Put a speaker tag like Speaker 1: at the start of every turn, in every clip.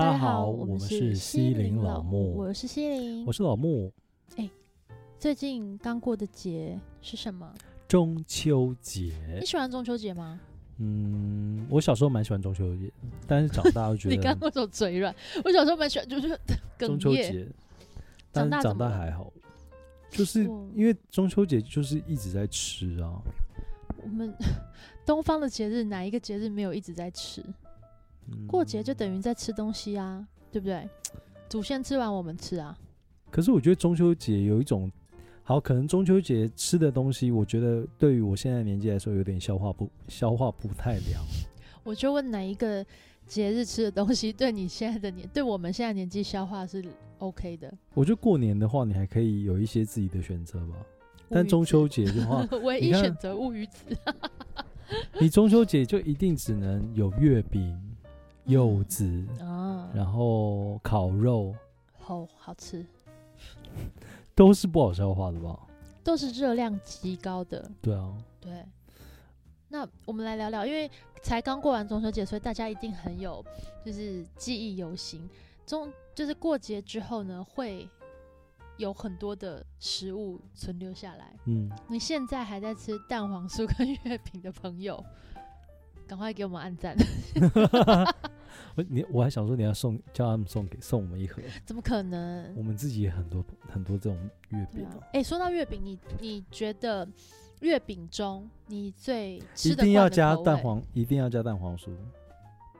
Speaker 1: 大
Speaker 2: 家
Speaker 1: 家好，
Speaker 2: 好，
Speaker 1: 我
Speaker 2: 我
Speaker 1: 们
Speaker 2: 们
Speaker 1: 是西
Speaker 2: 是西
Speaker 1: 林
Speaker 2: 林
Speaker 1: 老
Speaker 2: 老
Speaker 1: 木，
Speaker 2: 木，我是西林
Speaker 1: 我。是老木。
Speaker 2: 最近刚过的节是什么？
Speaker 1: 中秋
Speaker 2: 你
Speaker 1: 节，
Speaker 2: 喜欢中秋节吗？
Speaker 1: 嗯，我小时候蛮喜欢中秋节，但是长大就觉
Speaker 2: 你刚
Speaker 1: 得
Speaker 2: 刚手嘴软，我小时候蛮喜欢，就是
Speaker 1: 中
Speaker 2: 哽
Speaker 1: 秋
Speaker 2: 咽。
Speaker 1: 节，但是
Speaker 2: 大
Speaker 1: 长
Speaker 2: 怎么
Speaker 1: 大
Speaker 2: 了
Speaker 1: 还好，就是
Speaker 2: 我
Speaker 1: 因为中秋节就是一直在吃啊，
Speaker 2: 我们 东方的节日哪一个节日没有一直在吃？
Speaker 1: 嗯
Speaker 2: 过节就
Speaker 1: 于。
Speaker 2: 等于在吃东西啊，对不对？祖先吃完我们吃啊，
Speaker 1: 可是我觉得中秋节有一种，好，可能中秋节吃的东西，我觉得对于我现在年纪来说，有点消化不消化不太良。
Speaker 2: 我就问哪一个节日吃的东西对你现在的年，对我们现在年纪消化是 OK 的。
Speaker 1: 我觉得过年的话，你还可以有一些自己的选择吧。但
Speaker 2: 乌鱼
Speaker 1: 中
Speaker 2: 子
Speaker 1: 秋节的话，
Speaker 2: 唯
Speaker 1: 你
Speaker 2: 一
Speaker 1: 看
Speaker 2: 选择乌鱼子，
Speaker 1: 你中秋节就一定只能有月饼、柚子，
Speaker 2: 啊，
Speaker 1: 然后烤肉，
Speaker 2: 好好吃，
Speaker 1: 都是不好消化的吧？
Speaker 2: 都是热量极高的。
Speaker 1: 对啊，
Speaker 2: 对，那我们来聊聊，因为才刚过完中秋节，所以大家一定很有就是记忆犹新。中就是过节之后呢，会有很多的食物存留下来。
Speaker 1: 嗯，
Speaker 2: 你现在还在吃蛋黄酥跟月饼的朋友，赶快给我们按赞！
Speaker 1: 我你我还想说你要送叫他们送给送我们一盒，
Speaker 2: 怎么可能
Speaker 1: 我？们自己也很多很多这种月
Speaker 2: 对
Speaker 1: 饼、
Speaker 2: 啊
Speaker 1: 啊，，
Speaker 2: 哎、说到月饼，你你觉得月饼中你最吃
Speaker 1: 一
Speaker 2: 得
Speaker 1: 定要
Speaker 2: 惯的
Speaker 1: 加
Speaker 2: 口
Speaker 1: 蛋
Speaker 2: 味，
Speaker 1: 黄，一定要加蛋黄酥，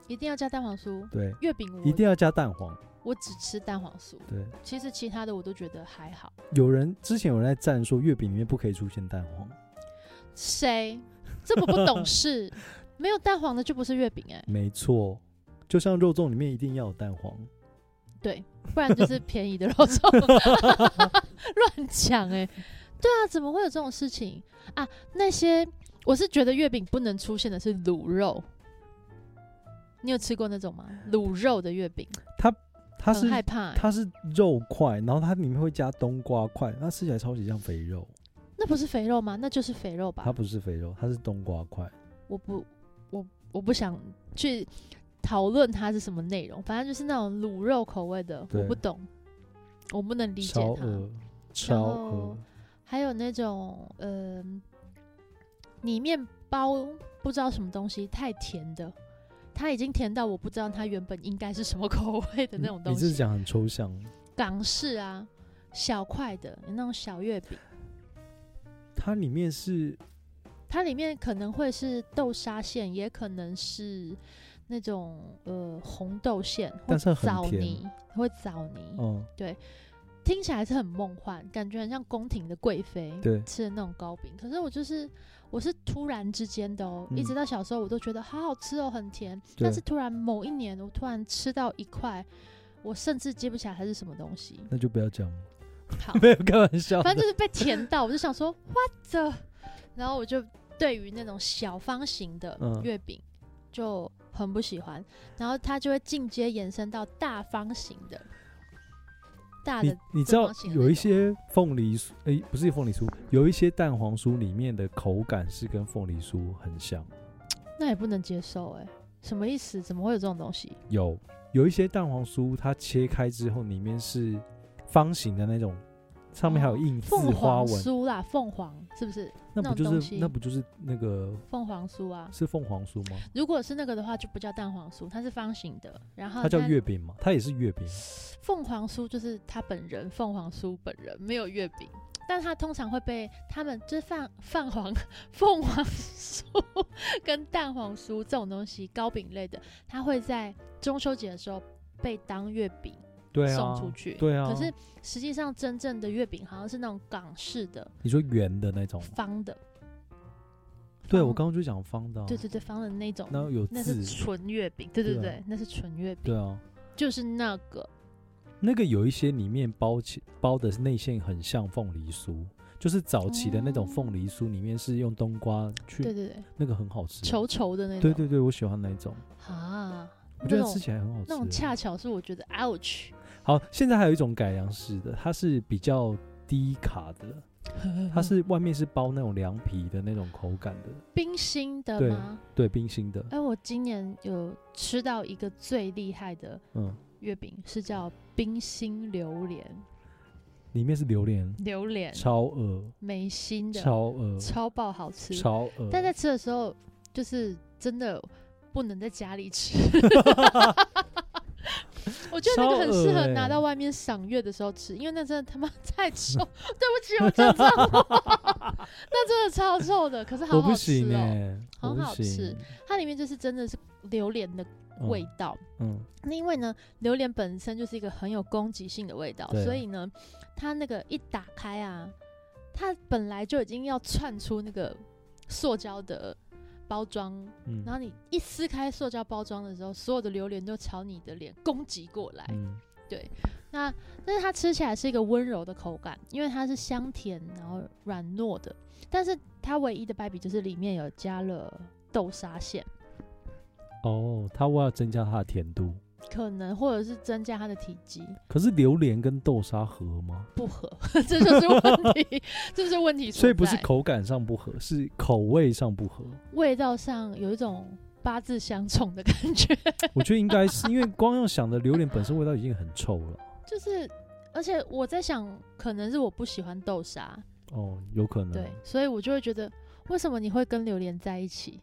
Speaker 2: 一定要加蛋黄酥。
Speaker 1: 对，
Speaker 2: 月饼我
Speaker 1: 一定要加蛋黄，
Speaker 2: 我只吃蛋黄酥，
Speaker 1: 对。
Speaker 2: 其实其他的我都觉得还好。
Speaker 1: 有人之前有人在赞说月饼里面不可以出现蛋黄，
Speaker 2: 谁这么不 懂事？没有蛋黄的就不是月饼哎、
Speaker 1: 没错，就像肉粽里面一定要有蛋黄，
Speaker 2: 对，不然就是便宜的肉粽， 乱讲哎。对啊，怎么会有这种事情啊？那些我是觉得月饼不能出现的是卤肉，你有吃过那种吗？卤肉的月饼，
Speaker 1: 它是
Speaker 2: 很害怕、欸，
Speaker 1: 它是肉块，然后它里面会加冬瓜块，它吃起来超级像肥肉。
Speaker 2: 那不是肥肉吗？那就是肥肉吧
Speaker 1: 它。不是肥肉，它是冬瓜块。
Speaker 2: 我不，我我不想去讨论它是什么内容，反正就是那种卤肉口味的，我
Speaker 1: 对
Speaker 2: 不懂，我不能理解
Speaker 1: 超
Speaker 2: 它。
Speaker 1: 饿，超
Speaker 2: 后
Speaker 1: 饿。
Speaker 2: 还有那种呃，里面包不知道什么东西，太甜的，它已经甜到我不知道它原本应该是什么口味的那种
Speaker 1: 嗯你
Speaker 2: 东
Speaker 1: 你这
Speaker 2: 西。
Speaker 1: 讲很抽象。
Speaker 2: 港式啊，小块的那种小月饼，
Speaker 1: 它里面是
Speaker 2: 它里面可能会是豆沙馅，也可能是那种呃红豆馅，或
Speaker 1: 但是很
Speaker 2: 枣
Speaker 1: 甜
Speaker 2: 泥，或枣泥，
Speaker 1: 嗯，
Speaker 2: 听起来是很梦幻，感觉很像宫廷的贵妃
Speaker 1: 对
Speaker 2: 吃的那种糕饼。可是我就是我是突然之间的哦、
Speaker 1: 嗯
Speaker 2: 一直到小时候我都觉得好好吃哦，很甜。
Speaker 1: 对
Speaker 2: 但是突然某一年，我突然吃到一块，我甚至记不起来它是什么东西。
Speaker 1: 那就不要讲了。
Speaker 2: 好，
Speaker 1: 没有开玩笑的，
Speaker 2: 哦反正就是被甜到，我就想说 what the，然后我就对于那种小方形的
Speaker 1: 嗯
Speaker 2: 月饼、就很不喜欢，然后它就会进阶延伸到大方形的，大的
Speaker 1: 你你知道
Speaker 2: 方形的
Speaker 1: 有
Speaker 2: 那
Speaker 1: 一些凤梨酥，诶、不是凤梨酥，有一些蛋黄酥里面的口感是跟凤梨酥很像。
Speaker 2: 那也不能接受哎、什么意思？怎么会有这种东西？
Speaker 1: 有有一些蛋黄酥，它切开之后里面是方形的那种，上面还有
Speaker 2: 哦
Speaker 1: 印字
Speaker 2: 凤
Speaker 1: 花
Speaker 2: 凰
Speaker 1: 纹，
Speaker 2: 酥啦，凤凰是不是？
Speaker 1: 那
Speaker 2: 那
Speaker 1: 不
Speaker 2: 种东
Speaker 1: 就
Speaker 2: 西
Speaker 1: 是那不就是那个
Speaker 2: 凤凰酥啊，
Speaker 1: 是凤凰酥吗？
Speaker 2: 如果是那个的话，就不叫蛋黄酥，它是方形的。然后
Speaker 1: 它叫月饼吗？它也是月饼，
Speaker 2: 凤凰酥，就是它本人，凤凰酥本人没有月饼，但它通常会被他们就是泛泛黄 凤凰酥跟蛋黄酥这种东西糕饼类的，它会在中秋节的时候被当月饼
Speaker 1: 对啊，
Speaker 2: 送出去。
Speaker 1: 对啊。
Speaker 2: 可是实际上，真正的月饼好像是那种港式的
Speaker 1: 你说圆的那种，
Speaker 2: 方的，
Speaker 1: 对我刚刚就讲方的、啊，
Speaker 2: 对对对，方的那种，
Speaker 1: 然后有
Speaker 2: 那是
Speaker 1: 字，
Speaker 2: 纯月饼，对对
Speaker 1: 对啊
Speaker 2: 对，那是纯月饼，
Speaker 1: 对啊，
Speaker 2: 就是那个
Speaker 1: 那个有一些里面包起包的内馅很像凤梨酥。就是早期的那种
Speaker 2: 哦
Speaker 1: 凤梨酥，里面是用冬瓜
Speaker 2: 对
Speaker 1: 去，
Speaker 2: 对对，
Speaker 1: 那个很好吃。啊
Speaker 2: 稠稠的那种，
Speaker 1: 对对对，我喜欢那一种，
Speaker 2: 啊，
Speaker 1: 我觉
Speaker 2: 那
Speaker 1: 得
Speaker 2: 种
Speaker 1: 吃起来很好吃。啊
Speaker 2: 那种恰巧是我觉得 ouch，
Speaker 1: 好，现在还有一种改良式的，它是比较低卡的，它是外面是包那种凉皮的那种口感的，
Speaker 2: 冰心的
Speaker 1: 对
Speaker 2: 吗？
Speaker 1: 对，冰心 的，
Speaker 2: 哎，我今年有吃到一个最厉害的
Speaker 1: 嗯，
Speaker 2: 月饼，是叫冰心榴莲，
Speaker 1: 里面是榴莲，
Speaker 2: 榴莲
Speaker 1: 超恶，
Speaker 2: 美心的，
Speaker 1: 超恶，
Speaker 2: 超爆好吃。
Speaker 1: 超恶，
Speaker 2: 但在吃的时候，就是真的不能在家里吃。 我觉得那个很适
Speaker 1: 超恶
Speaker 2: 合
Speaker 1: 欸
Speaker 2: 拿到外面赏月的时候吃，因为那真的他妈太臭。 对不起，我讲脏话， 那真的超臭的。可是好
Speaker 1: 我
Speaker 2: 好
Speaker 1: 不
Speaker 2: 吃
Speaker 1: 行
Speaker 2: 哦、
Speaker 1: 哎，
Speaker 2: 很
Speaker 1: 我不
Speaker 2: 好吃
Speaker 1: 行，
Speaker 2: 它里面就是真的是榴莲的
Speaker 1: 嗯
Speaker 2: 味道。
Speaker 1: 嗯，
Speaker 2: 那因为呢，榴莲本身就是一个很有攻击性的味道，
Speaker 1: 对
Speaker 2: 所以呢，它那个一打开啊，它本来就已经要窜出那个塑胶的包装，
Speaker 1: 嗯
Speaker 2: 然后你一撕开塑胶包装的时候，所有的榴莲都朝你的脸攻击过来。
Speaker 1: 嗯
Speaker 2: 那但是它吃起来是一个温柔的口感，因为它是香甜然后软糯的，但是它唯一的败笔就是里面有加了豆沙馅。
Speaker 1: 哦，它为了增加它的甜度，
Speaker 2: 可能或者是增加它的体积
Speaker 1: 可是榴莲跟豆沙合吗？
Speaker 2: 不合， 这就是问题，这就是问题所在。
Speaker 1: 所以不是口感上不合，是口味上不合。
Speaker 2: 味道上有一种八字相冲的感觉，
Speaker 1: 我觉得应该是因为光用想的榴莲本身味道已经很臭了。
Speaker 2: 就是而且我在想，可能是我不喜欢豆沙，
Speaker 1: 哦，有可能。
Speaker 2: 对，所以我就会觉得为什么你会跟榴莲在一起？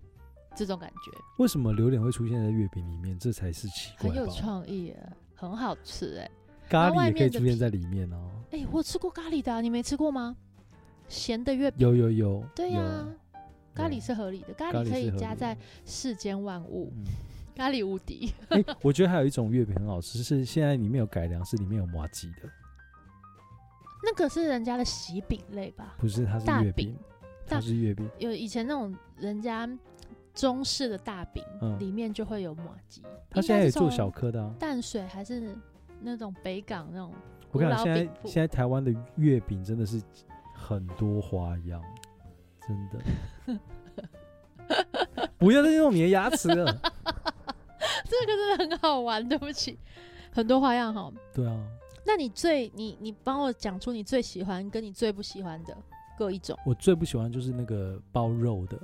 Speaker 2: 这种感觉
Speaker 1: 为什么榴莲会出现在月饼里面？这才是奇怪
Speaker 2: 很
Speaker 1: 吧。
Speaker 2: 有创意耶，很好吃哎
Speaker 1: 咖
Speaker 2: 然后
Speaker 1: 喱
Speaker 2: 外
Speaker 1: 也可以
Speaker 2: 面的
Speaker 1: 出现
Speaker 2: 皮
Speaker 1: 在里面哦。
Speaker 2: 哎、我有吃过咖喱的啊、你没吃过吗？咸的月饼，
Speaker 1: 有有有。
Speaker 2: 对呀、咖喱
Speaker 1: 有啊
Speaker 2: 是合理的，咖
Speaker 1: 咖
Speaker 2: 喱
Speaker 1: 喱
Speaker 2: 可
Speaker 1: 是
Speaker 2: 以
Speaker 1: 合
Speaker 2: 加
Speaker 1: 理
Speaker 2: 在
Speaker 1: 的
Speaker 2: 世间万物，
Speaker 1: 嗯，
Speaker 2: 咖喱无敌。
Speaker 1: 哎、我觉得还有一种月饼很好吃，是现在里面有改良，是里面有麻吉的，
Speaker 2: 那个是人家的喜饼类吧？
Speaker 1: 不是它是
Speaker 2: 大
Speaker 1: 月
Speaker 2: 饼
Speaker 1: 饼，它
Speaker 2: 大
Speaker 1: 是月饼。
Speaker 2: 有以前那种人家中式的大饼，
Speaker 1: 嗯
Speaker 2: 里面就会有马吉。
Speaker 1: 它
Speaker 2: 应
Speaker 1: 现在
Speaker 2: 该
Speaker 1: 也
Speaker 2: 是
Speaker 1: 做
Speaker 2: 从
Speaker 1: 小颗的、啊。
Speaker 2: 淡水还是那种北港那 种
Speaker 1: 我
Speaker 2: 古
Speaker 1: 跟你
Speaker 2: 老
Speaker 1: 讲，现
Speaker 2: 饼
Speaker 1: 在
Speaker 2: 铺
Speaker 1: 现，在台湾的月饼真的是很多花样，真的。不要再用你的牙齿 了。
Speaker 2: 这个 真的很好玩。对不起，很多花样哈。
Speaker 1: 对啊，
Speaker 2: 那你最你你帮我讲出你最喜欢跟你最不喜欢的各一种，
Speaker 1: 我最不喜欢就是那个包肉的，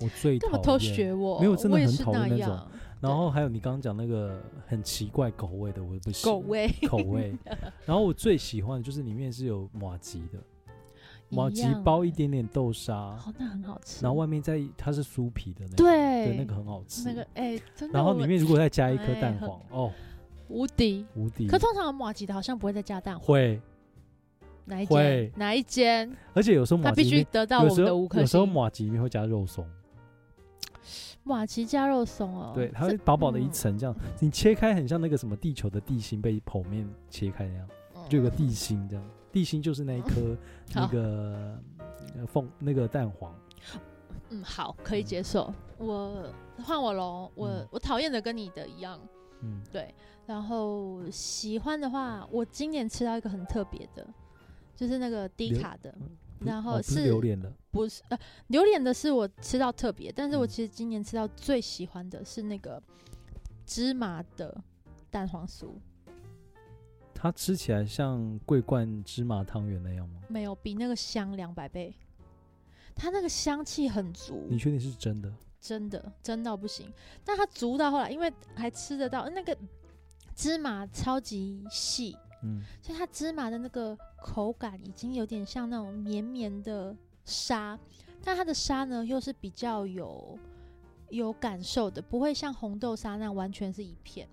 Speaker 1: 我最
Speaker 2: 干
Speaker 1: 讨
Speaker 2: 嘛偷
Speaker 1: 厌。
Speaker 2: 学我？
Speaker 1: 没有真的
Speaker 2: 我也
Speaker 1: 很
Speaker 2: 是
Speaker 1: 讨厌
Speaker 2: 那
Speaker 1: 那
Speaker 2: 样
Speaker 1: 然后还有你刚刚讲那个很奇怪口味的，我不喜
Speaker 2: 狗味，
Speaker 1: 口 味。然后我最喜欢的就是里面是有马吉的，马
Speaker 2: 一
Speaker 1: 吉
Speaker 2: 样
Speaker 1: 包
Speaker 2: 欸
Speaker 1: 一，点点豆沙，
Speaker 2: 哦，那很好吃。
Speaker 1: 然后外面再它是酥皮的那个，
Speaker 2: 对
Speaker 1: 那个很好吃。
Speaker 2: 那个哎，真的
Speaker 1: 然后
Speaker 2: 我
Speaker 1: 里面如果再加一颗
Speaker 2: 哎
Speaker 1: 蛋
Speaker 2: 很
Speaker 1: 黄，哦，
Speaker 2: 无敌。
Speaker 1: 无敌。
Speaker 2: 可通常马吉的好像不会再加蛋黄。
Speaker 1: 会，
Speaker 2: 哪一间
Speaker 1: 会？
Speaker 2: 哪一间？
Speaker 1: 而且有时候
Speaker 2: 他
Speaker 1: 马吉
Speaker 2: 必
Speaker 1: 里
Speaker 2: 须
Speaker 1: 面
Speaker 2: 得到我
Speaker 1: 有
Speaker 2: 们
Speaker 1: 时
Speaker 2: 的五
Speaker 1: 候
Speaker 2: 颗
Speaker 1: 有时候
Speaker 2: 星。
Speaker 1: 马吉里面会加肉松，
Speaker 2: 马奇加肉松哦，
Speaker 1: 对，它
Speaker 2: 这
Speaker 1: 会薄薄的一
Speaker 2: 嗯
Speaker 1: 层这样，你切开很像那个什么地球的地心被剖面切开那样，就有个地心这样，地心就是那一颗那
Speaker 2: 哦好
Speaker 1: 个呃凤那个蛋黄，
Speaker 2: 嗯，好，可以接受。我换我喽，我、
Speaker 1: 嗯
Speaker 2: 我讨厌的跟你的一样，
Speaker 1: 嗯，
Speaker 2: 然后喜欢的话，我今年吃到一个很特别的，就是那个低
Speaker 1: 榴
Speaker 2: 卡的，
Speaker 1: 不是
Speaker 2: 然
Speaker 1: 哦
Speaker 2: 后
Speaker 1: 不
Speaker 2: 是
Speaker 1: 是榴莲的，
Speaker 2: 不是呃榴莲的是我吃到特别，但是我
Speaker 1: 嗯
Speaker 2: 其实今年吃到最喜欢的是那个芝麻的蛋黄酥，
Speaker 1: 它吃起来像桂冠芝麻汤圆那样吗？
Speaker 2: 没有比那个香两百倍，它那个香气很足。
Speaker 1: 你确定是真的？
Speaker 2: 真的真到不行。但它足到后来，因为还吃得到那个芝麻超级细，
Speaker 1: 嗯，
Speaker 2: 所以它芝麻的那个口感已经有点像那种绵绵的沙，但它的沙呢又是比较有有感受的，不会像红豆沙那样完全是一片，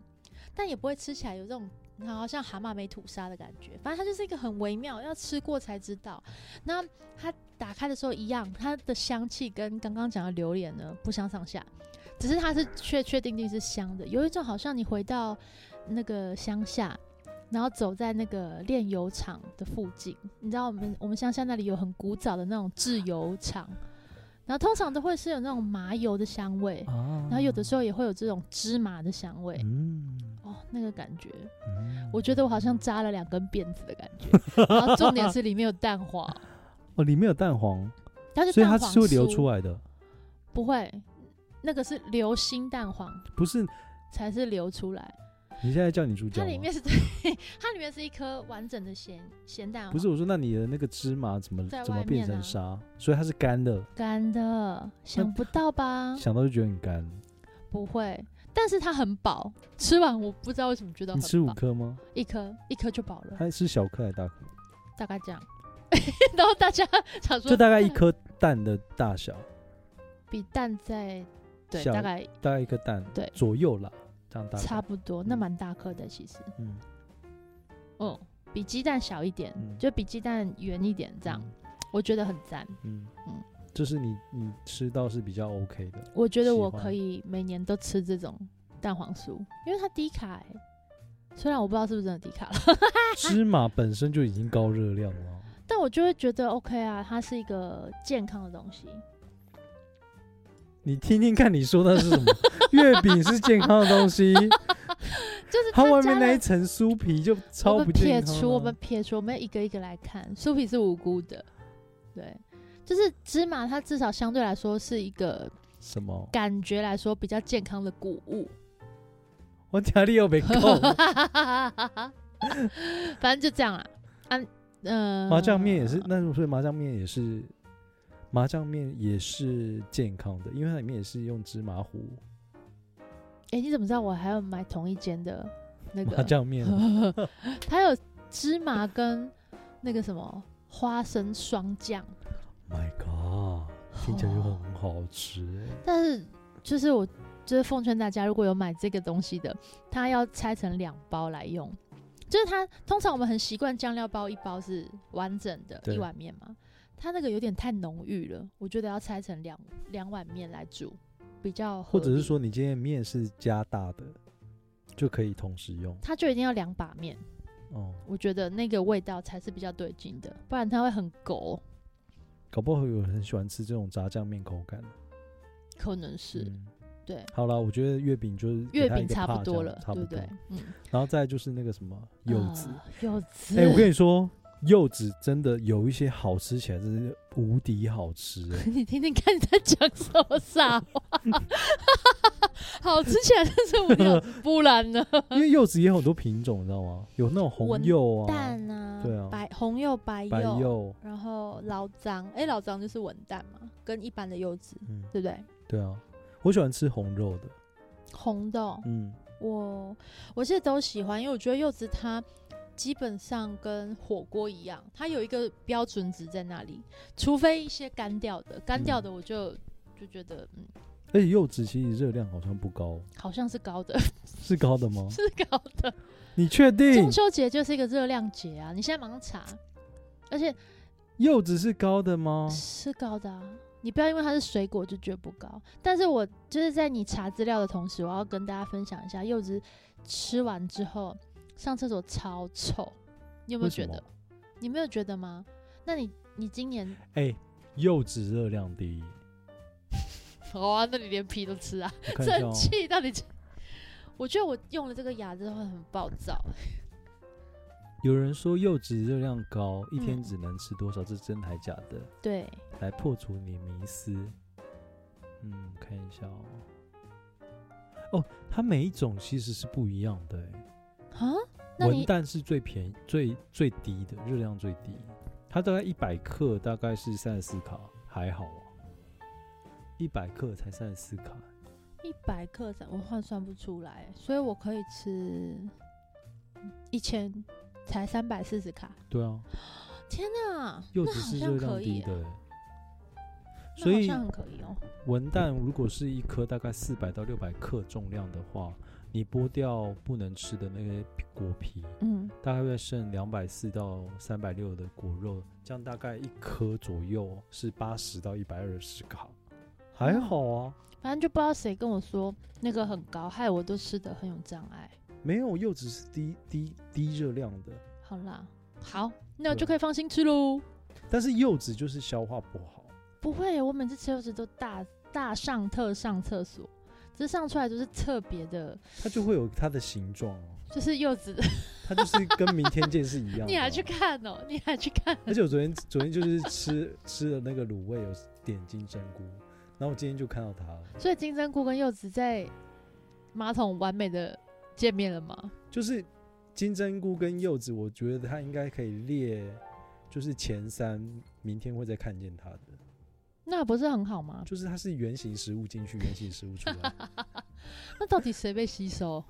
Speaker 2: 但也不会吃起来有这种。好像蛤蟆没吐沙的感觉，反正它就是一个很微妙，要吃过才知道。那它打开的时候一样，它的香气跟刚刚讲的榴莲呢不相上下，只是它是确确定定是香的，有一种好像你回到那个乡下，然后走在那个炼油厂的附近，你知道我们我们乡下那里有很古早的那种制油厂，然后通常都会是有那种麻油的香味，
Speaker 1: 啊
Speaker 2: 然后有的时候也会有这种芝麻的香味，
Speaker 1: 嗯，
Speaker 2: 哦，那个感觉，
Speaker 1: 嗯
Speaker 2: 我觉得我好像扎了两根辫子的感觉，然后重点是里面有蛋黄，
Speaker 1: 哦，里面有蛋黄，
Speaker 2: 它就
Speaker 1: 所以
Speaker 2: 蛋
Speaker 1: 它
Speaker 2: 黄
Speaker 1: 是会流
Speaker 2: 酥
Speaker 1: 出来的，
Speaker 2: 不会，那个是流心蛋黄
Speaker 1: 不是
Speaker 2: 才是流出来。
Speaker 1: 你现在叫你猪脚
Speaker 2: 它
Speaker 1: 吗？
Speaker 2: 里面是对，它里面是一颗完整的咸咸蛋黄，
Speaker 1: 不是我说，那你的那个芝麻怎么
Speaker 2: 在
Speaker 1: 怎么
Speaker 2: 外
Speaker 1: 变
Speaker 2: 面
Speaker 1: 成
Speaker 2: 啊
Speaker 1: 沙？所以它是干的，
Speaker 2: 干的，想不到吧？
Speaker 1: 想到就觉得很干。
Speaker 2: 不会，但是它很饱，吃完我不知道为什么觉得
Speaker 1: 你吃
Speaker 2: 很嗯
Speaker 1: 五
Speaker 2: 饱，
Speaker 1: 颗吗？
Speaker 2: 一颗一颗就饱了，
Speaker 1: 它是小颗还是大颗？
Speaker 2: 大概这样。 然后大家想说，
Speaker 1: 就大概一颗蛋的大小，
Speaker 2: 比蛋再对，
Speaker 1: 小
Speaker 2: 大概
Speaker 1: 大概一颗蛋
Speaker 2: 对
Speaker 1: 左右啦，这样大概。
Speaker 2: 差不多，那蛮大颗的其实，
Speaker 1: 嗯，
Speaker 2: 嗯，比鸡蛋小一点，
Speaker 1: 嗯
Speaker 2: 就比鸡蛋圆一点这样，我觉得很赞。
Speaker 1: 嗯。嗯
Speaker 2: 嗯，
Speaker 1: 这是你你吃到是比较 OK 的，
Speaker 2: 我觉得
Speaker 1: 喜
Speaker 2: 我
Speaker 1: 欢
Speaker 2: 可以每年都吃这种蛋黄酥，因为它低卡、欸。虽然我不知道是不是真的低卡 了，
Speaker 1: 芝麻本身就已经高热量了。哦
Speaker 2: 但我就会觉得 OK 啊，它是一个健康的东西。
Speaker 1: 你听听看，你说那是 什么？月饼是健康的东西，
Speaker 2: 就是
Speaker 1: 它
Speaker 2: 它
Speaker 1: 外
Speaker 2: 加
Speaker 1: 面那
Speaker 2: 了
Speaker 1: 一层酥皮就
Speaker 2: 我
Speaker 1: 超
Speaker 2: 们
Speaker 1: 不
Speaker 2: 撇
Speaker 1: 健康啊。
Speaker 2: 除我们撇除，我们一个一个来看，酥皮是无辜的，对，就是芝麻，它至少相对来说是一个
Speaker 1: 什么？
Speaker 2: 感觉来说比较健康的谷物。
Speaker 1: 我家里有 没够
Speaker 2: 反正就这样啦。啊，嗯、
Speaker 1: 麻酱面也是，那所以麻酱面也是，麻酱面也是健康的，因为它里面也是用芝麻糊
Speaker 2: 哎、你怎么知道我还要买同一间的那
Speaker 1: 麻
Speaker 2: 个？
Speaker 1: 酱 面
Speaker 2: 它有芝麻跟那个什么花生双酱，
Speaker 1: My God，听起来就很好吃欸。
Speaker 2: 但是就是我就是奉劝大家，如果有买这个东西的，它要拆成两包来用。就是它通常我们很习惯酱料包一包是完整的
Speaker 1: 对
Speaker 2: 一碗面嘛，它那个有点太浓郁了，我觉得要拆成两两碗面来煮比较
Speaker 1: 或
Speaker 2: 合理，
Speaker 1: 者是说，你今天的面是加大的，就可以同时用
Speaker 2: 它就一定要两把面，
Speaker 1: 哦。
Speaker 2: 我觉得那个味道才是比较对劲的，不然它会很狗，
Speaker 1: 搞不好有人很喜欢吃这种炸酱面口感。
Speaker 2: 可能是、
Speaker 1: 嗯
Speaker 2: 对。
Speaker 1: 好啦，我觉得月饼就是给
Speaker 2: 月
Speaker 1: 它一
Speaker 2: 饼
Speaker 1: 个
Speaker 2: 差不
Speaker 1: part 这
Speaker 2: 多
Speaker 1: 样
Speaker 2: 了，
Speaker 1: 差不多
Speaker 2: 对不对？嗯，
Speaker 1: 然后再来就是那个什么柚子，
Speaker 2: 啊柚子，
Speaker 1: 哎、我跟你说，柚子真的有一些好吃起来，真是无敌好吃、欸。
Speaker 2: 你听听看你在讲什么傻话， 好吃起来真是无聊，不然 呢？
Speaker 1: 因为柚子也有很多品种，你知道吗？有那种红
Speaker 2: 文
Speaker 1: 柚啊，
Speaker 2: 蛋啊，
Speaker 1: 对啊
Speaker 2: 白红柚、白柚，
Speaker 1: 白柚，
Speaker 2: 然后老张，哎、老张就是文蛋嘛，跟一般的柚子，
Speaker 1: 嗯，
Speaker 2: 对不对？
Speaker 1: 对啊，我喜欢吃红肉的，
Speaker 2: 红的哦、
Speaker 1: 嗯，
Speaker 2: 我我现在都喜欢，因为我觉得柚子它基本上跟火锅一样，它有一个标准值在那里，除非一些干掉的，干掉
Speaker 1: 嗯
Speaker 2: 的我就、就觉得嗯，
Speaker 1: 而且哎柚子其实热量好像不高，
Speaker 2: 好像是高的，
Speaker 1: 是高的吗？
Speaker 2: 是高的。
Speaker 1: 你确定
Speaker 2: 中秋节就是一个热量节啊！你现在马上查，而且
Speaker 1: 柚子是高的
Speaker 2: 哦
Speaker 1: 吗？
Speaker 2: 是高的啊！你不要因为它是水果就觉得不高。但是我就是在你查资料的同时，我要跟大家分享一下，柚子吃完之后上厕所超臭，你有没有
Speaker 1: 为什
Speaker 2: 觉
Speaker 1: 么
Speaker 2: 得？你没有觉得吗？那你你今年
Speaker 1: 哎、柚子热量低，
Speaker 2: 好啊，那你连皮都吃啊？
Speaker 1: 我看一下
Speaker 2: 正
Speaker 1: 哦、
Speaker 2: 气到底？ 我觉得我用了这个牙之后很暴躁，
Speaker 1: 有人说柚子热量高，一天
Speaker 2: 嗯
Speaker 1: 只能吃多少？这是真还假的？
Speaker 2: 对，
Speaker 1: 来破除你的迷思。嗯，看一下哦。哦，它每一种其实是不一样的欸、
Speaker 2: 啊，那
Speaker 1: 文
Speaker 2: 你
Speaker 1: 旦是最便宜、最最低的，热量最低。它大概一百克，大概是三十四卡，还好啊。一百克才三十四卡，
Speaker 2: 一百克咱我换算不出来，所以我可以吃一千，才三百四十卡。
Speaker 1: 对啊，
Speaker 2: 天哪，
Speaker 1: 柚
Speaker 2: 那
Speaker 1: 子
Speaker 2: 好
Speaker 1: 是
Speaker 2: 像
Speaker 1: 热
Speaker 2: 可
Speaker 1: 量
Speaker 2: 以
Speaker 1: 低
Speaker 2: 耶，
Speaker 1: 的欸、
Speaker 2: 那
Speaker 1: 所
Speaker 2: 好
Speaker 1: 以
Speaker 2: 像很可以哦。
Speaker 1: 文旦如果是一颗大概四百到六百克重量的话，你剥掉不能吃的那些果皮，
Speaker 2: 嗯，
Speaker 1: 大概会剩两百四到三百六的果肉，这样大概一颗左右是八十到一百二十卡，还好啊。
Speaker 2: 反正就不知道谁跟我说那个很高，害我都吃的很有障碍。
Speaker 1: 没有柚子是低低低热量的，
Speaker 2: 好啦，好，那我
Speaker 1: 对
Speaker 2: 就可以放心吃喽。
Speaker 1: 但是柚子就是消化不好，
Speaker 2: 不会，我每次吃柚子都大大上特上厕所，只是上出来都是特别的，
Speaker 1: 它就会有它的形状哦，
Speaker 2: 就是柚子。
Speaker 1: 它就是跟明天见是一样的、
Speaker 2: 你还去？看哦、你还去看？
Speaker 1: 而且我昨天昨天就是吃吃了那个卤味，有点金针菇，然后我今天就看到它了。
Speaker 2: 所以金针菇跟柚子在马桶完美的见面了吗？
Speaker 1: 就是金针菇跟柚子，我觉得它应该可以列，就是前三，明天会再看见它的。
Speaker 2: 那不是很好吗？
Speaker 1: 就是它是原型食物进去，原型食物出 来，
Speaker 2: 那到底谁被 吸收？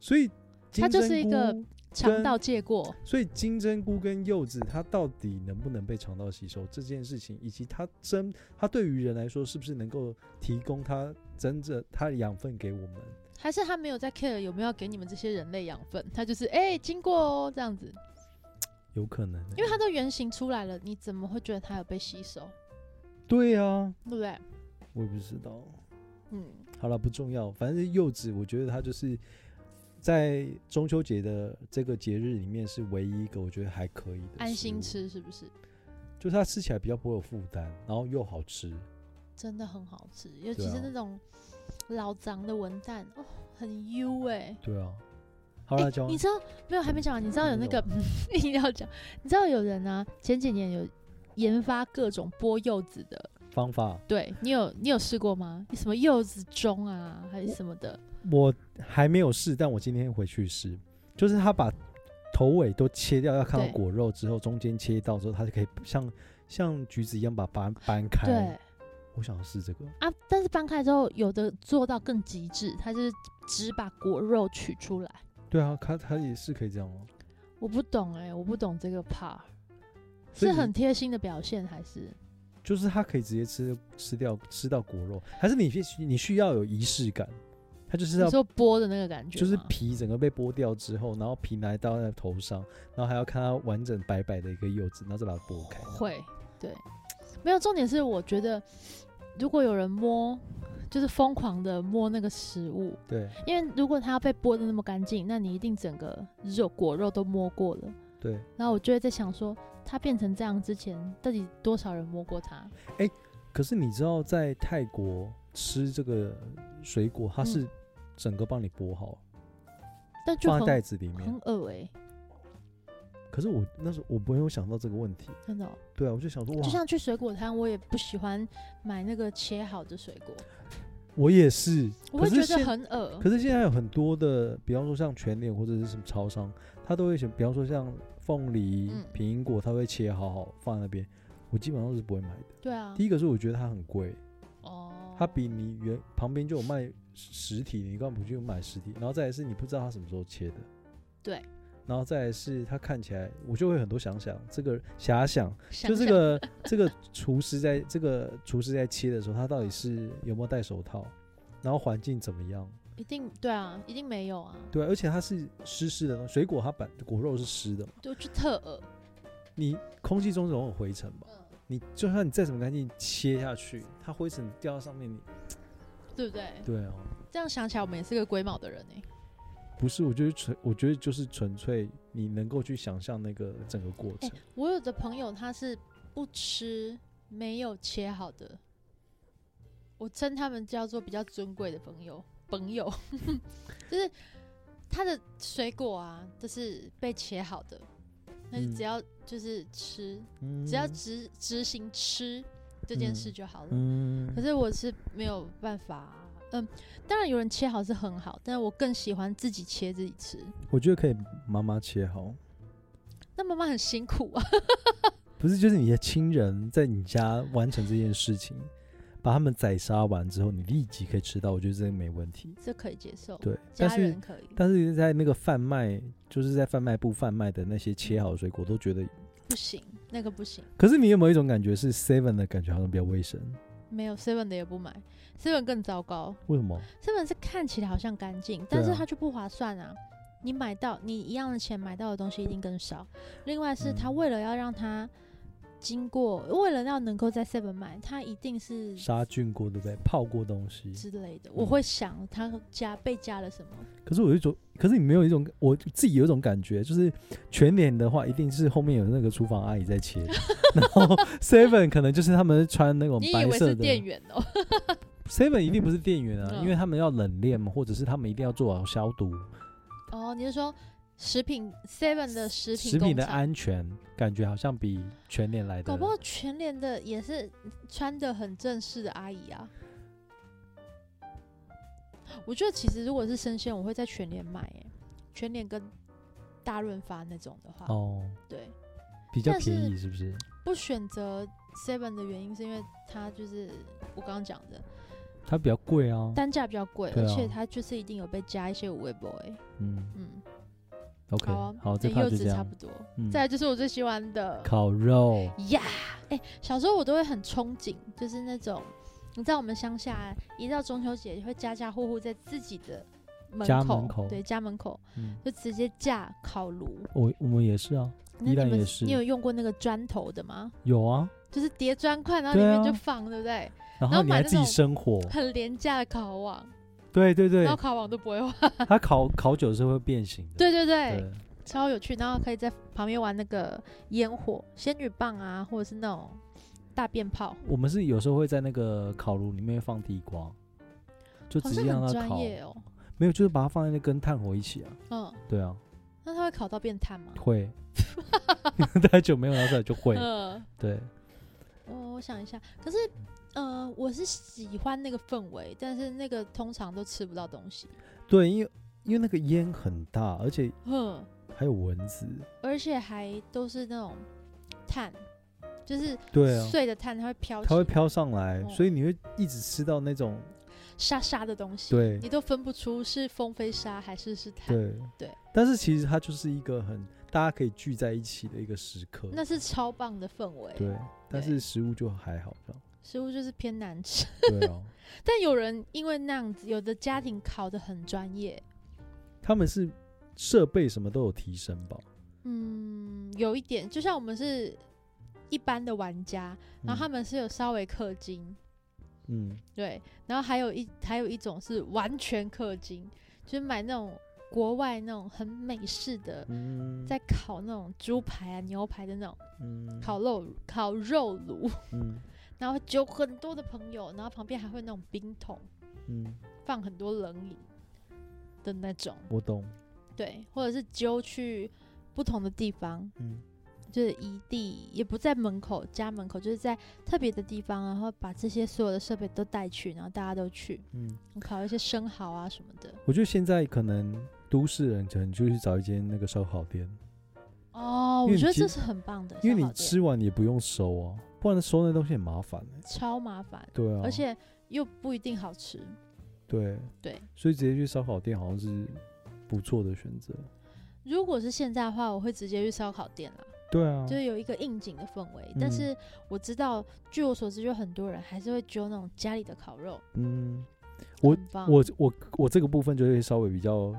Speaker 1: 所以
Speaker 2: 它
Speaker 1: 金
Speaker 2: 就
Speaker 1: 针
Speaker 2: 是一个
Speaker 1: 菇
Speaker 2: 尝
Speaker 1: 跟
Speaker 2: 到借过，
Speaker 1: 所以金针菇跟柚子，它到底能不能被肠道吸收这件事情，以及它真它对于人来说是不是能够提供它真正它的养分给我们？
Speaker 2: 还是他没有在 care 有没有给你们这些人类养分？他就是哎、经过哦这样子，
Speaker 1: 有可能欸、
Speaker 2: 因为它都原型出来了，你怎么会觉得它有被吸收？
Speaker 1: 对啊，
Speaker 2: 对不对？
Speaker 1: 我也不知道。
Speaker 2: 嗯，
Speaker 1: 好了，不重要，反正柚子，我觉得它就是在中秋节的这个节日里面是唯一一个我觉得还可以的，
Speaker 2: 安心，吃是不是？
Speaker 1: 就是它吃起来比较不会有负担，然后又好吃。
Speaker 2: 真的很好吃，尤其
Speaker 1: 对啊
Speaker 2: 是那种老张的文旦哦，很优哎、
Speaker 1: 对啊，好了，
Speaker 2: 欸
Speaker 1: 讲完
Speaker 2: 你知道没有？还没讲完。你知道有那个 硬要讲，你知道有人呢、前几年有研发各种剥柚子的，
Speaker 1: 方法，
Speaker 2: 对你有你有试过吗？什么柚子盅啊，还是什么的？
Speaker 1: 我还没有试，但我今天回去试，就是他把头尾都切掉，要看到
Speaker 2: 对
Speaker 1: 果肉之后，中间切到之后，它就可以像像橘子一样把它掰开。
Speaker 2: 对
Speaker 1: 我想要试这个，
Speaker 2: 啊，但是掰开之后，有的做到更极致，它就是只把果肉取出来。
Speaker 1: 对啊，它它也是可以这样哦。
Speaker 2: 我不懂哎、我不懂这个 part，
Speaker 1: 所以你
Speaker 2: 是很贴心的表现还是？
Speaker 1: 就是它可以直接吃吃掉吃到果肉，还是你必须你需要有仪式感，它就是要
Speaker 2: 你说剥的那个感觉吗，
Speaker 1: 就是皮整个被剥掉之后，然后皮拿到在头上，然后还要看它完整白白的一个柚子，然后再把它剥开。
Speaker 2: 会，对，没有重点是，我觉得如果有人摸，就是疯狂的摸那个食物，
Speaker 1: 对
Speaker 2: 因为如果它要被剥的那么干净，那你一定整个肉果肉都摸过了。
Speaker 1: 对，
Speaker 2: 然后我就会在想说，它变成这样之前，到底多少人摸过它？
Speaker 1: 可是你知道，在泰国吃这个水果，它是整个帮你剥好，
Speaker 2: 但嗯就
Speaker 1: 放在袋
Speaker 2: 很
Speaker 1: 子里
Speaker 2: 很
Speaker 1: 面。
Speaker 2: 恶欸诶、
Speaker 1: 可是我那时候我没有想到这个问题，
Speaker 2: 真的哦、
Speaker 1: 对啊，我就想说，
Speaker 2: 就
Speaker 1: 哇，
Speaker 2: 像去水果摊，我也不喜欢买那个切好的水果，
Speaker 1: 我也是，
Speaker 2: 我
Speaker 1: 可
Speaker 2: 会
Speaker 1: 是
Speaker 2: 觉得
Speaker 1: 现
Speaker 2: 很恶
Speaker 1: 可是现在有很多的，比方说像全脸或者是什么超商，它都会选，比方说像凤梨
Speaker 2: 嗯、
Speaker 1: 苹果，它会切好好放在那边。我基本上是不会买的。
Speaker 2: 对啊
Speaker 1: 第，一个是我觉得它很贵，
Speaker 2: 哦，
Speaker 1: 它比你原旁边就有卖实体，你干嘛不去买实体？然后再来是你不知道它什么时候切的，
Speaker 2: 对，
Speaker 1: 然后再来是它看起来，我就会很多想想这个遐想，
Speaker 2: 想
Speaker 1: 就这
Speaker 2: 想
Speaker 1: 个这个厨师在这个厨师在切的时候，他到底是有没有戴手套，然后环境怎么样？
Speaker 2: 一定对啊，一定没有啊，
Speaker 1: 对，而且它是湿湿的东西，水果它本果肉是湿的嘛，
Speaker 2: 就就特恶。
Speaker 1: 你空气中总有灰尘
Speaker 2: 嗯
Speaker 1: 吧？你就算你再怎么干净切下去，它灰尘掉到上面你，
Speaker 2: 嗯对不对？
Speaker 1: 对啊。
Speaker 2: 这样想起来，我们也是个龟毛的人哎、
Speaker 1: 不是，我觉得纯，我觉得就是纯粹你能够去想象那个整个过程。
Speaker 2: 我有的朋友他是不吃没有切好的，我称他们叫做比较尊贵的朋友，朋友 就是他的水果啊，都是被切好的，那就
Speaker 1: 嗯
Speaker 2: 只要就是吃，
Speaker 1: 嗯
Speaker 2: 哎只要执执行吃这件事
Speaker 1: 嗯
Speaker 2: 就好了。
Speaker 1: 嗯
Speaker 2: 可是我是没有办法啊、嗯，当然有人切好是很好，但我更喜欢自己切自己吃。
Speaker 1: 我觉得可以妈妈切好，
Speaker 2: 那妈妈很辛苦啊，
Speaker 1: 不是就是你的亲人在你家完成这件事情，把他们宰杀完之后，你立即可以吃到，我觉得这个没问题。
Speaker 2: 这可以接受，
Speaker 1: 对，但
Speaker 2: 家
Speaker 1: 是
Speaker 2: 人可以。
Speaker 1: 但是在那个贩卖，就是在贩卖部贩卖的那些切好的水果，都觉得。
Speaker 2: 不行，那个不行，
Speaker 1: 可是你有没有一种感觉是 Seven 的感觉好像比较卫生？
Speaker 2: 没有 seven 的也不买，seven 更糟糕。
Speaker 1: 为什么？
Speaker 2: seven 是看起来好像干净，但是
Speaker 1: 对啊
Speaker 2: 它就不划算啊。你买到你一样的钱买到的东西一定更少。另外是它
Speaker 1: 嗯
Speaker 2: 为了要让它经过，为了要能够在 seven 买，它一定是
Speaker 1: 杀菌过对不对？泡过东西
Speaker 2: 之类的，我
Speaker 1: 嗯
Speaker 2: 会想它加被加了什么。
Speaker 1: 可是我有一种，可是你没有一种，我自己有一种感觉，就是全脸的话，一定是后面有那个厨房阿姨在切 的，然后 Seven 可能就是他们穿那种
Speaker 2: 你以
Speaker 1: 白
Speaker 2: 为
Speaker 1: 色
Speaker 2: 是店
Speaker 1: 的
Speaker 2: 员哦、
Speaker 1: Seven 一定不是店员啊，
Speaker 2: 嗯
Speaker 1: 因为他们要冷链嘛，或者是他们一定要做好消毒，
Speaker 2: 哦，你是说食品 Seven 的食品
Speaker 1: 食品
Speaker 2: 工
Speaker 1: 的
Speaker 2: 厂？
Speaker 1: 安全感觉好像比全脸来
Speaker 2: 搞
Speaker 1: 的
Speaker 2: 不。好全联的也是穿的很正式的阿姨啊。我觉得其实如果是生鲜，我会在全联买、欸，全联跟大润发那种的话，
Speaker 1: 哦，
Speaker 2: 对，
Speaker 1: 比较
Speaker 2: 但是
Speaker 1: 便宜是不是？
Speaker 2: 不选择 Seven 的原因是因为它就是我刚刚讲的
Speaker 1: 它比较贵啊。
Speaker 2: 单价比较贵，
Speaker 1: 对啊
Speaker 2: 而且它就是一定有被加一些五味 boy，
Speaker 1: 嗯
Speaker 2: 嗯，
Speaker 1: ，OK，
Speaker 2: 好啊，
Speaker 1: 好，这
Speaker 2: 跟
Speaker 1: 趴
Speaker 2: 柚
Speaker 1: 就这
Speaker 2: 子差
Speaker 1: 样
Speaker 2: 不。多。
Speaker 1: 嗯
Speaker 2: 再来就是我最喜欢的
Speaker 1: 烤肉，
Speaker 2: 呀，哎、小时候我都会很憧憬，就是那种你知道我们乡下一到中秋节会家家户户在自己的门
Speaker 1: 家
Speaker 2: 口，
Speaker 1: 门口
Speaker 2: 对家门口
Speaker 1: 嗯，
Speaker 2: 就直接架烤炉。
Speaker 1: 我我们也是啊，
Speaker 2: 那
Speaker 1: 宜
Speaker 2: 你
Speaker 1: 兰
Speaker 2: 们
Speaker 1: 也是
Speaker 2: 你有用过那个砖头的吗？
Speaker 1: 有啊，
Speaker 2: 就是叠砖块，然后里
Speaker 1: 对
Speaker 2: 面
Speaker 1: 啊
Speaker 2: 就放，对不对？
Speaker 1: 然
Speaker 2: 后
Speaker 1: 后你
Speaker 2: 买
Speaker 1: 还
Speaker 2: 那
Speaker 1: 自己
Speaker 2: 种
Speaker 1: 生火，
Speaker 2: 很廉价的烤网，
Speaker 1: 对对对
Speaker 2: 然后，烤网都不会画。
Speaker 1: 它烤烤久是会变形的，
Speaker 2: 对对对，
Speaker 1: 对，
Speaker 2: 超有趣。然后可以在旁边玩那个烟火、仙女棒啊，或者是那种大鞭炮，
Speaker 1: 我们是有时候会在那个烤炉里面放地瓜，就
Speaker 2: 好
Speaker 1: 直
Speaker 2: 像
Speaker 1: 接让
Speaker 2: 很
Speaker 1: 它
Speaker 2: 专
Speaker 1: 烤，
Speaker 2: 业哦。
Speaker 1: 没有，就是把它放在那跟炭火一起啊，
Speaker 2: 嗯，
Speaker 1: 对啊，
Speaker 2: 那它会烤到变炭吗？
Speaker 1: 会， 太久没有拿出来就会，
Speaker 2: 嗯，哦
Speaker 1: 对，
Speaker 2: 我我想一下，可是。呃，我是喜欢那个氛围，但是那个通常都吃不到东西。
Speaker 1: 对，因为因为那个烟很大，而且
Speaker 2: 哼，
Speaker 1: 还有蚊子，
Speaker 2: 而且还都是那种碳，就是
Speaker 1: 对啊，
Speaker 2: 碎的碳，它会飘，
Speaker 1: 它会，飘上来，
Speaker 2: 哦
Speaker 1: 所以你会一直吃到那种
Speaker 2: 沙沙的东西，
Speaker 1: 对
Speaker 2: 你都分不出是风飞沙还是是碳。
Speaker 1: 对
Speaker 2: 对，
Speaker 1: 但是其实它就是一个很大家可以聚在一起的一个时刻，
Speaker 2: 那是超棒的氛围。
Speaker 1: 对，但
Speaker 2: 对
Speaker 1: 是食物就还好这样，
Speaker 2: 食物就是偏难吃，
Speaker 1: 对啊。
Speaker 2: 但有人因为那样子，有的家庭烤得很专业，
Speaker 1: 他们是设备什么都有提升吧？
Speaker 2: 嗯，有一点就像我们是一般的玩家，然后他们是有稍微氪金，
Speaker 1: 嗯，
Speaker 2: 对，然后还有一还有一种是完全氪金，就是买那种国外那种很美式的，
Speaker 1: 嗯
Speaker 2: 在烤那种猪排啊、牛排的那种
Speaker 1: 嗯
Speaker 2: 烤肉烤肉炉，
Speaker 1: 嗯
Speaker 2: 然后有很多的朋友，然后旁边还会那种冰桶，
Speaker 1: 嗯，
Speaker 2: 放很多冷饮的那种，
Speaker 1: 我懂，
Speaker 2: 对，或者是揪去不同的地方，
Speaker 1: 嗯
Speaker 2: 就是一地也不在门口家门口，就是在特别的地方，然后把这些所有的设备都带去，然后大家都去
Speaker 1: 嗯，
Speaker 2: 烤一些生蚝啊什么的。
Speaker 1: 我觉得现在可能都市人可能就去找一间那个烧烤店，
Speaker 2: 哦，
Speaker 1: 因为
Speaker 2: 我
Speaker 1: 你
Speaker 2: 觉得
Speaker 1: 其
Speaker 2: 这是很棒的，
Speaker 1: 因为
Speaker 2: 烧
Speaker 1: 你
Speaker 2: 烤店
Speaker 1: 吃完也不用收啊，不然收那东西很麻烦、欸、
Speaker 2: 超麻烦，
Speaker 1: 对啊，
Speaker 2: 而且又不一定好吃。
Speaker 1: 对
Speaker 2: 对，
Speaker 1: 所以直接去烧烤店好像是不错的选择。
Speaker 2: 如果是现在的话，我会直接去烧烤店啦。
Speaker 1: 对啊，
Speaker 2: 就是有一个应景的氛围。
Speaker 1: 嗯
Speaker 2: 但是我知道，据我所知，就很多人还是会揪那种家里的烤肉，
Speaker 1: 嗯，我
Speaker 2: 很棒
Speaker 1: 我我我这个部分就会稍微比较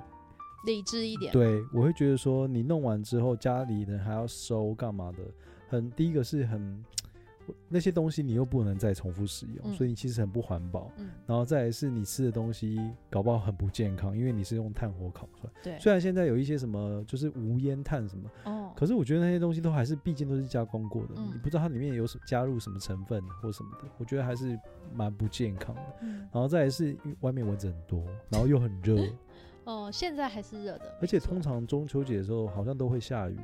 Speaker 2: 理智一点。
Speaker 1: 对，我会觉得说，你弄完之后，家里人还要收干嘛的？很第一个是很那些东西你又不能再重复使用，
Speaker 2: 嗯
Speaker 1: 所以你其实很不环保。
Speaker 2: 嗯，
Speaker 1: 然后再来是你吃的东西搞不好很不健康，因为你是用炭火烤出来。
Speaker 2: 对。
Speaker 1: 虽然现在有一些什么就是无烟炭什么，
Speaker 2: 哦，
Speaker 1: 可是我觉得那些东西都还是毕竟都是加工过的，
Speaker 2: 嗯
Speaker 1: 你不知道它里面有什加入什么成分或什么的，我觉得还是蛮不健康的。
Speaker 2: 嗯
Speaker 1: 然后再来是因为外面蚊子很 多，然后又很热，
Speaker 2: 哦，现在还是热的，
Speaker 1: 而且
Speaker 2: 没错
Speaker 1: 通常中秋节的时候好像都会下雨。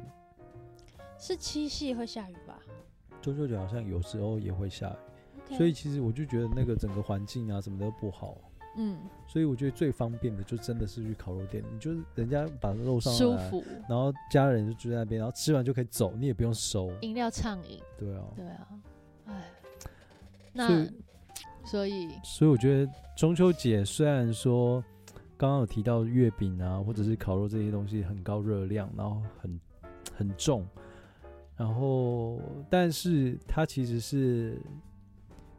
Speaker 2: 是七夕会下雨吧
Speaker 1: 中秋节好像有时候也会下雨，
Speaker 2: ？OK
Speaker 1: 所以其实我就觉得那个整个环境啊什么的都不好，
Speaker 2: 嗯，
Speaker 1: 所以我觉得最方便的就真的是去烤肉店，你就是人家把肉上
Speaker 2: 舒
Speaker 1: 来，
Speaker 2: 服，
Speaker 1: 然后家人就住在那边，然后吃完就可以走，你也不用收，
Speaker 2: 饮料畅饮，
Speaker 1: 对啊，
Speaker 2: 嗯对啊，哎，
Speaker 1: 所
Speaker 2: 那
Speaker 1: 以
Speaker 2: 所以
Speaker 1: 所以我觉得中秋节虽然说刚刚有提到月饼啊或者是烤肉这些东西很高热量，然后很很重，然后但是它其实是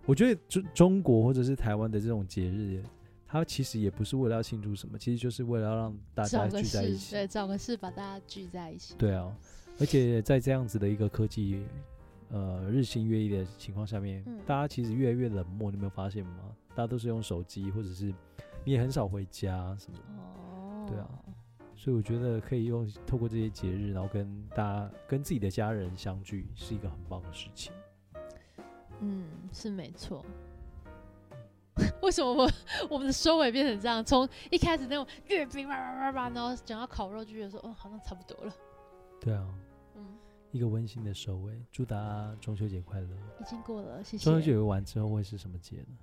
Speaker 1: 我觉得中中国或者是台湾的这种节日，它其实也不是为了要庆祝什么，其实就是为了要让大家
Speaker 2: 找
Speaker 1: 聚
Speaker 2: 个
Speaker 1: 在一
Speaker 2: 事，
Speaker 1: 起。
Speaker 2: 对，找个事把大家聚在一起，
Speaker 1: 对啊，而且在这样子的一个科技呃日新月异的情况下面，
Speaker 2: 嗯
Speaker 1: 大家其实越来越冷漠，你有没有发现吗？大家都是用手机，或者是你也很少回家什么的，
Speaker 2: 哦，
Speaker 1: 对啊，所以我觉得可以用透过这些节日，然后跟大家跟自己的家人相聚，是一个很棒的事情。
Speaker 2: 嗯，是没错。 为什么我 我们的收尾变成这样？从一开始那种月饼叭叭叭叭，然后讲到烤肉，就觉得说，哦，好像差不多了。
Speaker 1: 对啊，
Speaker 2: 嗯，
Speaker 1: 一个温馨的收尾，祝大家中秋节快乐！
Speaker 2: 已经过了，谢
Speaker 1: 中秋
Speaker 2: 谢。
Speaker 1: 节完之后会是什么节呢？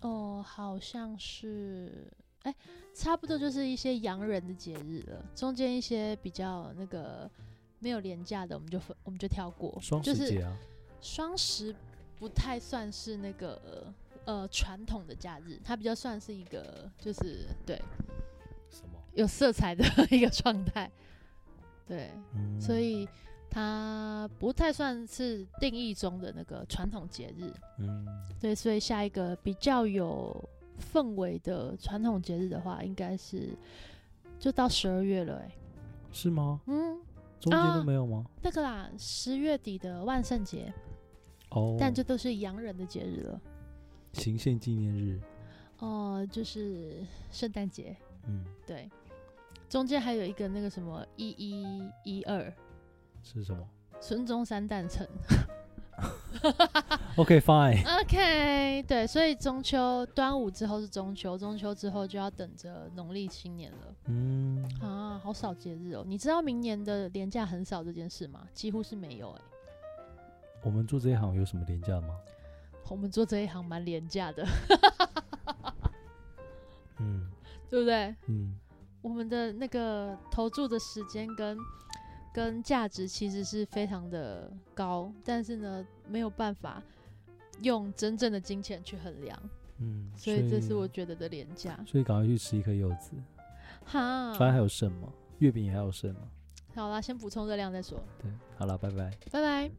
Speaker 2: 哦，好像是哎、差不多就是一些洋人的节日了。中间一些比较那个没有廉价的，我们就分我们就跳过。
Speaker 1: 双十
Speaker 2: 就是
Speaker 1: 节啊，
Speaker 2: 双十不太算是那个呃传统的假日，它比较算是一个就是对
Speaker 1: 什么？
Speaker 2: 有色彩的 一个状态。对，
Speaker 1: 嗯
Speaker 2: 所以它不太算是定义中的那个传统节日。
Speaker 1: 嗯，
Speaker 2: 对，所以下一个比较有氛围的传统节日的话，应该是就到十二月了、欸，
Speaker 1: 是吗？
Speaker 2: 嗯，
Speaker 1: 中间
Speaker 2: 啊
Speaker 1: 都没有吗？
Speaker 2: 那个啦，十月底的万圣节，
Speaker 1: 哦，
Speaker 2: 但这都是洋人的节日了，
Speaker 1: 行宪纪念日，
Speaker 2: 哦、就是圣诞节，
Speaker 1: 嗯，
Speaker 2: 对，中间还有一个那个什么一一一二
Speaker 1: 是什么
Speaker 2: 孙中山诞辰
Speaker 1: ？OK fine，
Speaker 2: ，OK，对，所以中秋端午之后是中秋，中秋之后就要等着农历新年了。
Speaker 1: 嗯，
Speaker 2: 啊，好少节日哦！你知道明年的年假很少这件事吗？几乎是没有哎、
Speaker 1: 我们做这一行有什么廉价吗？
Speaker 2: 我们做这一行蛮廉价的，
Speaker 1: 嗯
Speaker 2: 对不对？
Speaker 1: 嗯，
Speaker 2: 我们的那个投注的时间跟跟价值其实是非常的高，但是呢，没有办法用真正的金钱去衡量，
Speaker 1: 嗯，
Speaker 2: 所以这是我，觉得的廉价。
Speaker 1: 所以赶快去吃一颗柚子，
Speaker 2: 哈
Speaker 1: 反，正还有剩嘛，月饼也还有剩嘛。
Speaker 2: 好啦，先补充热量再说，
Speaker 1: 对，好了，拜拜。
Speaker 2: 拜拜。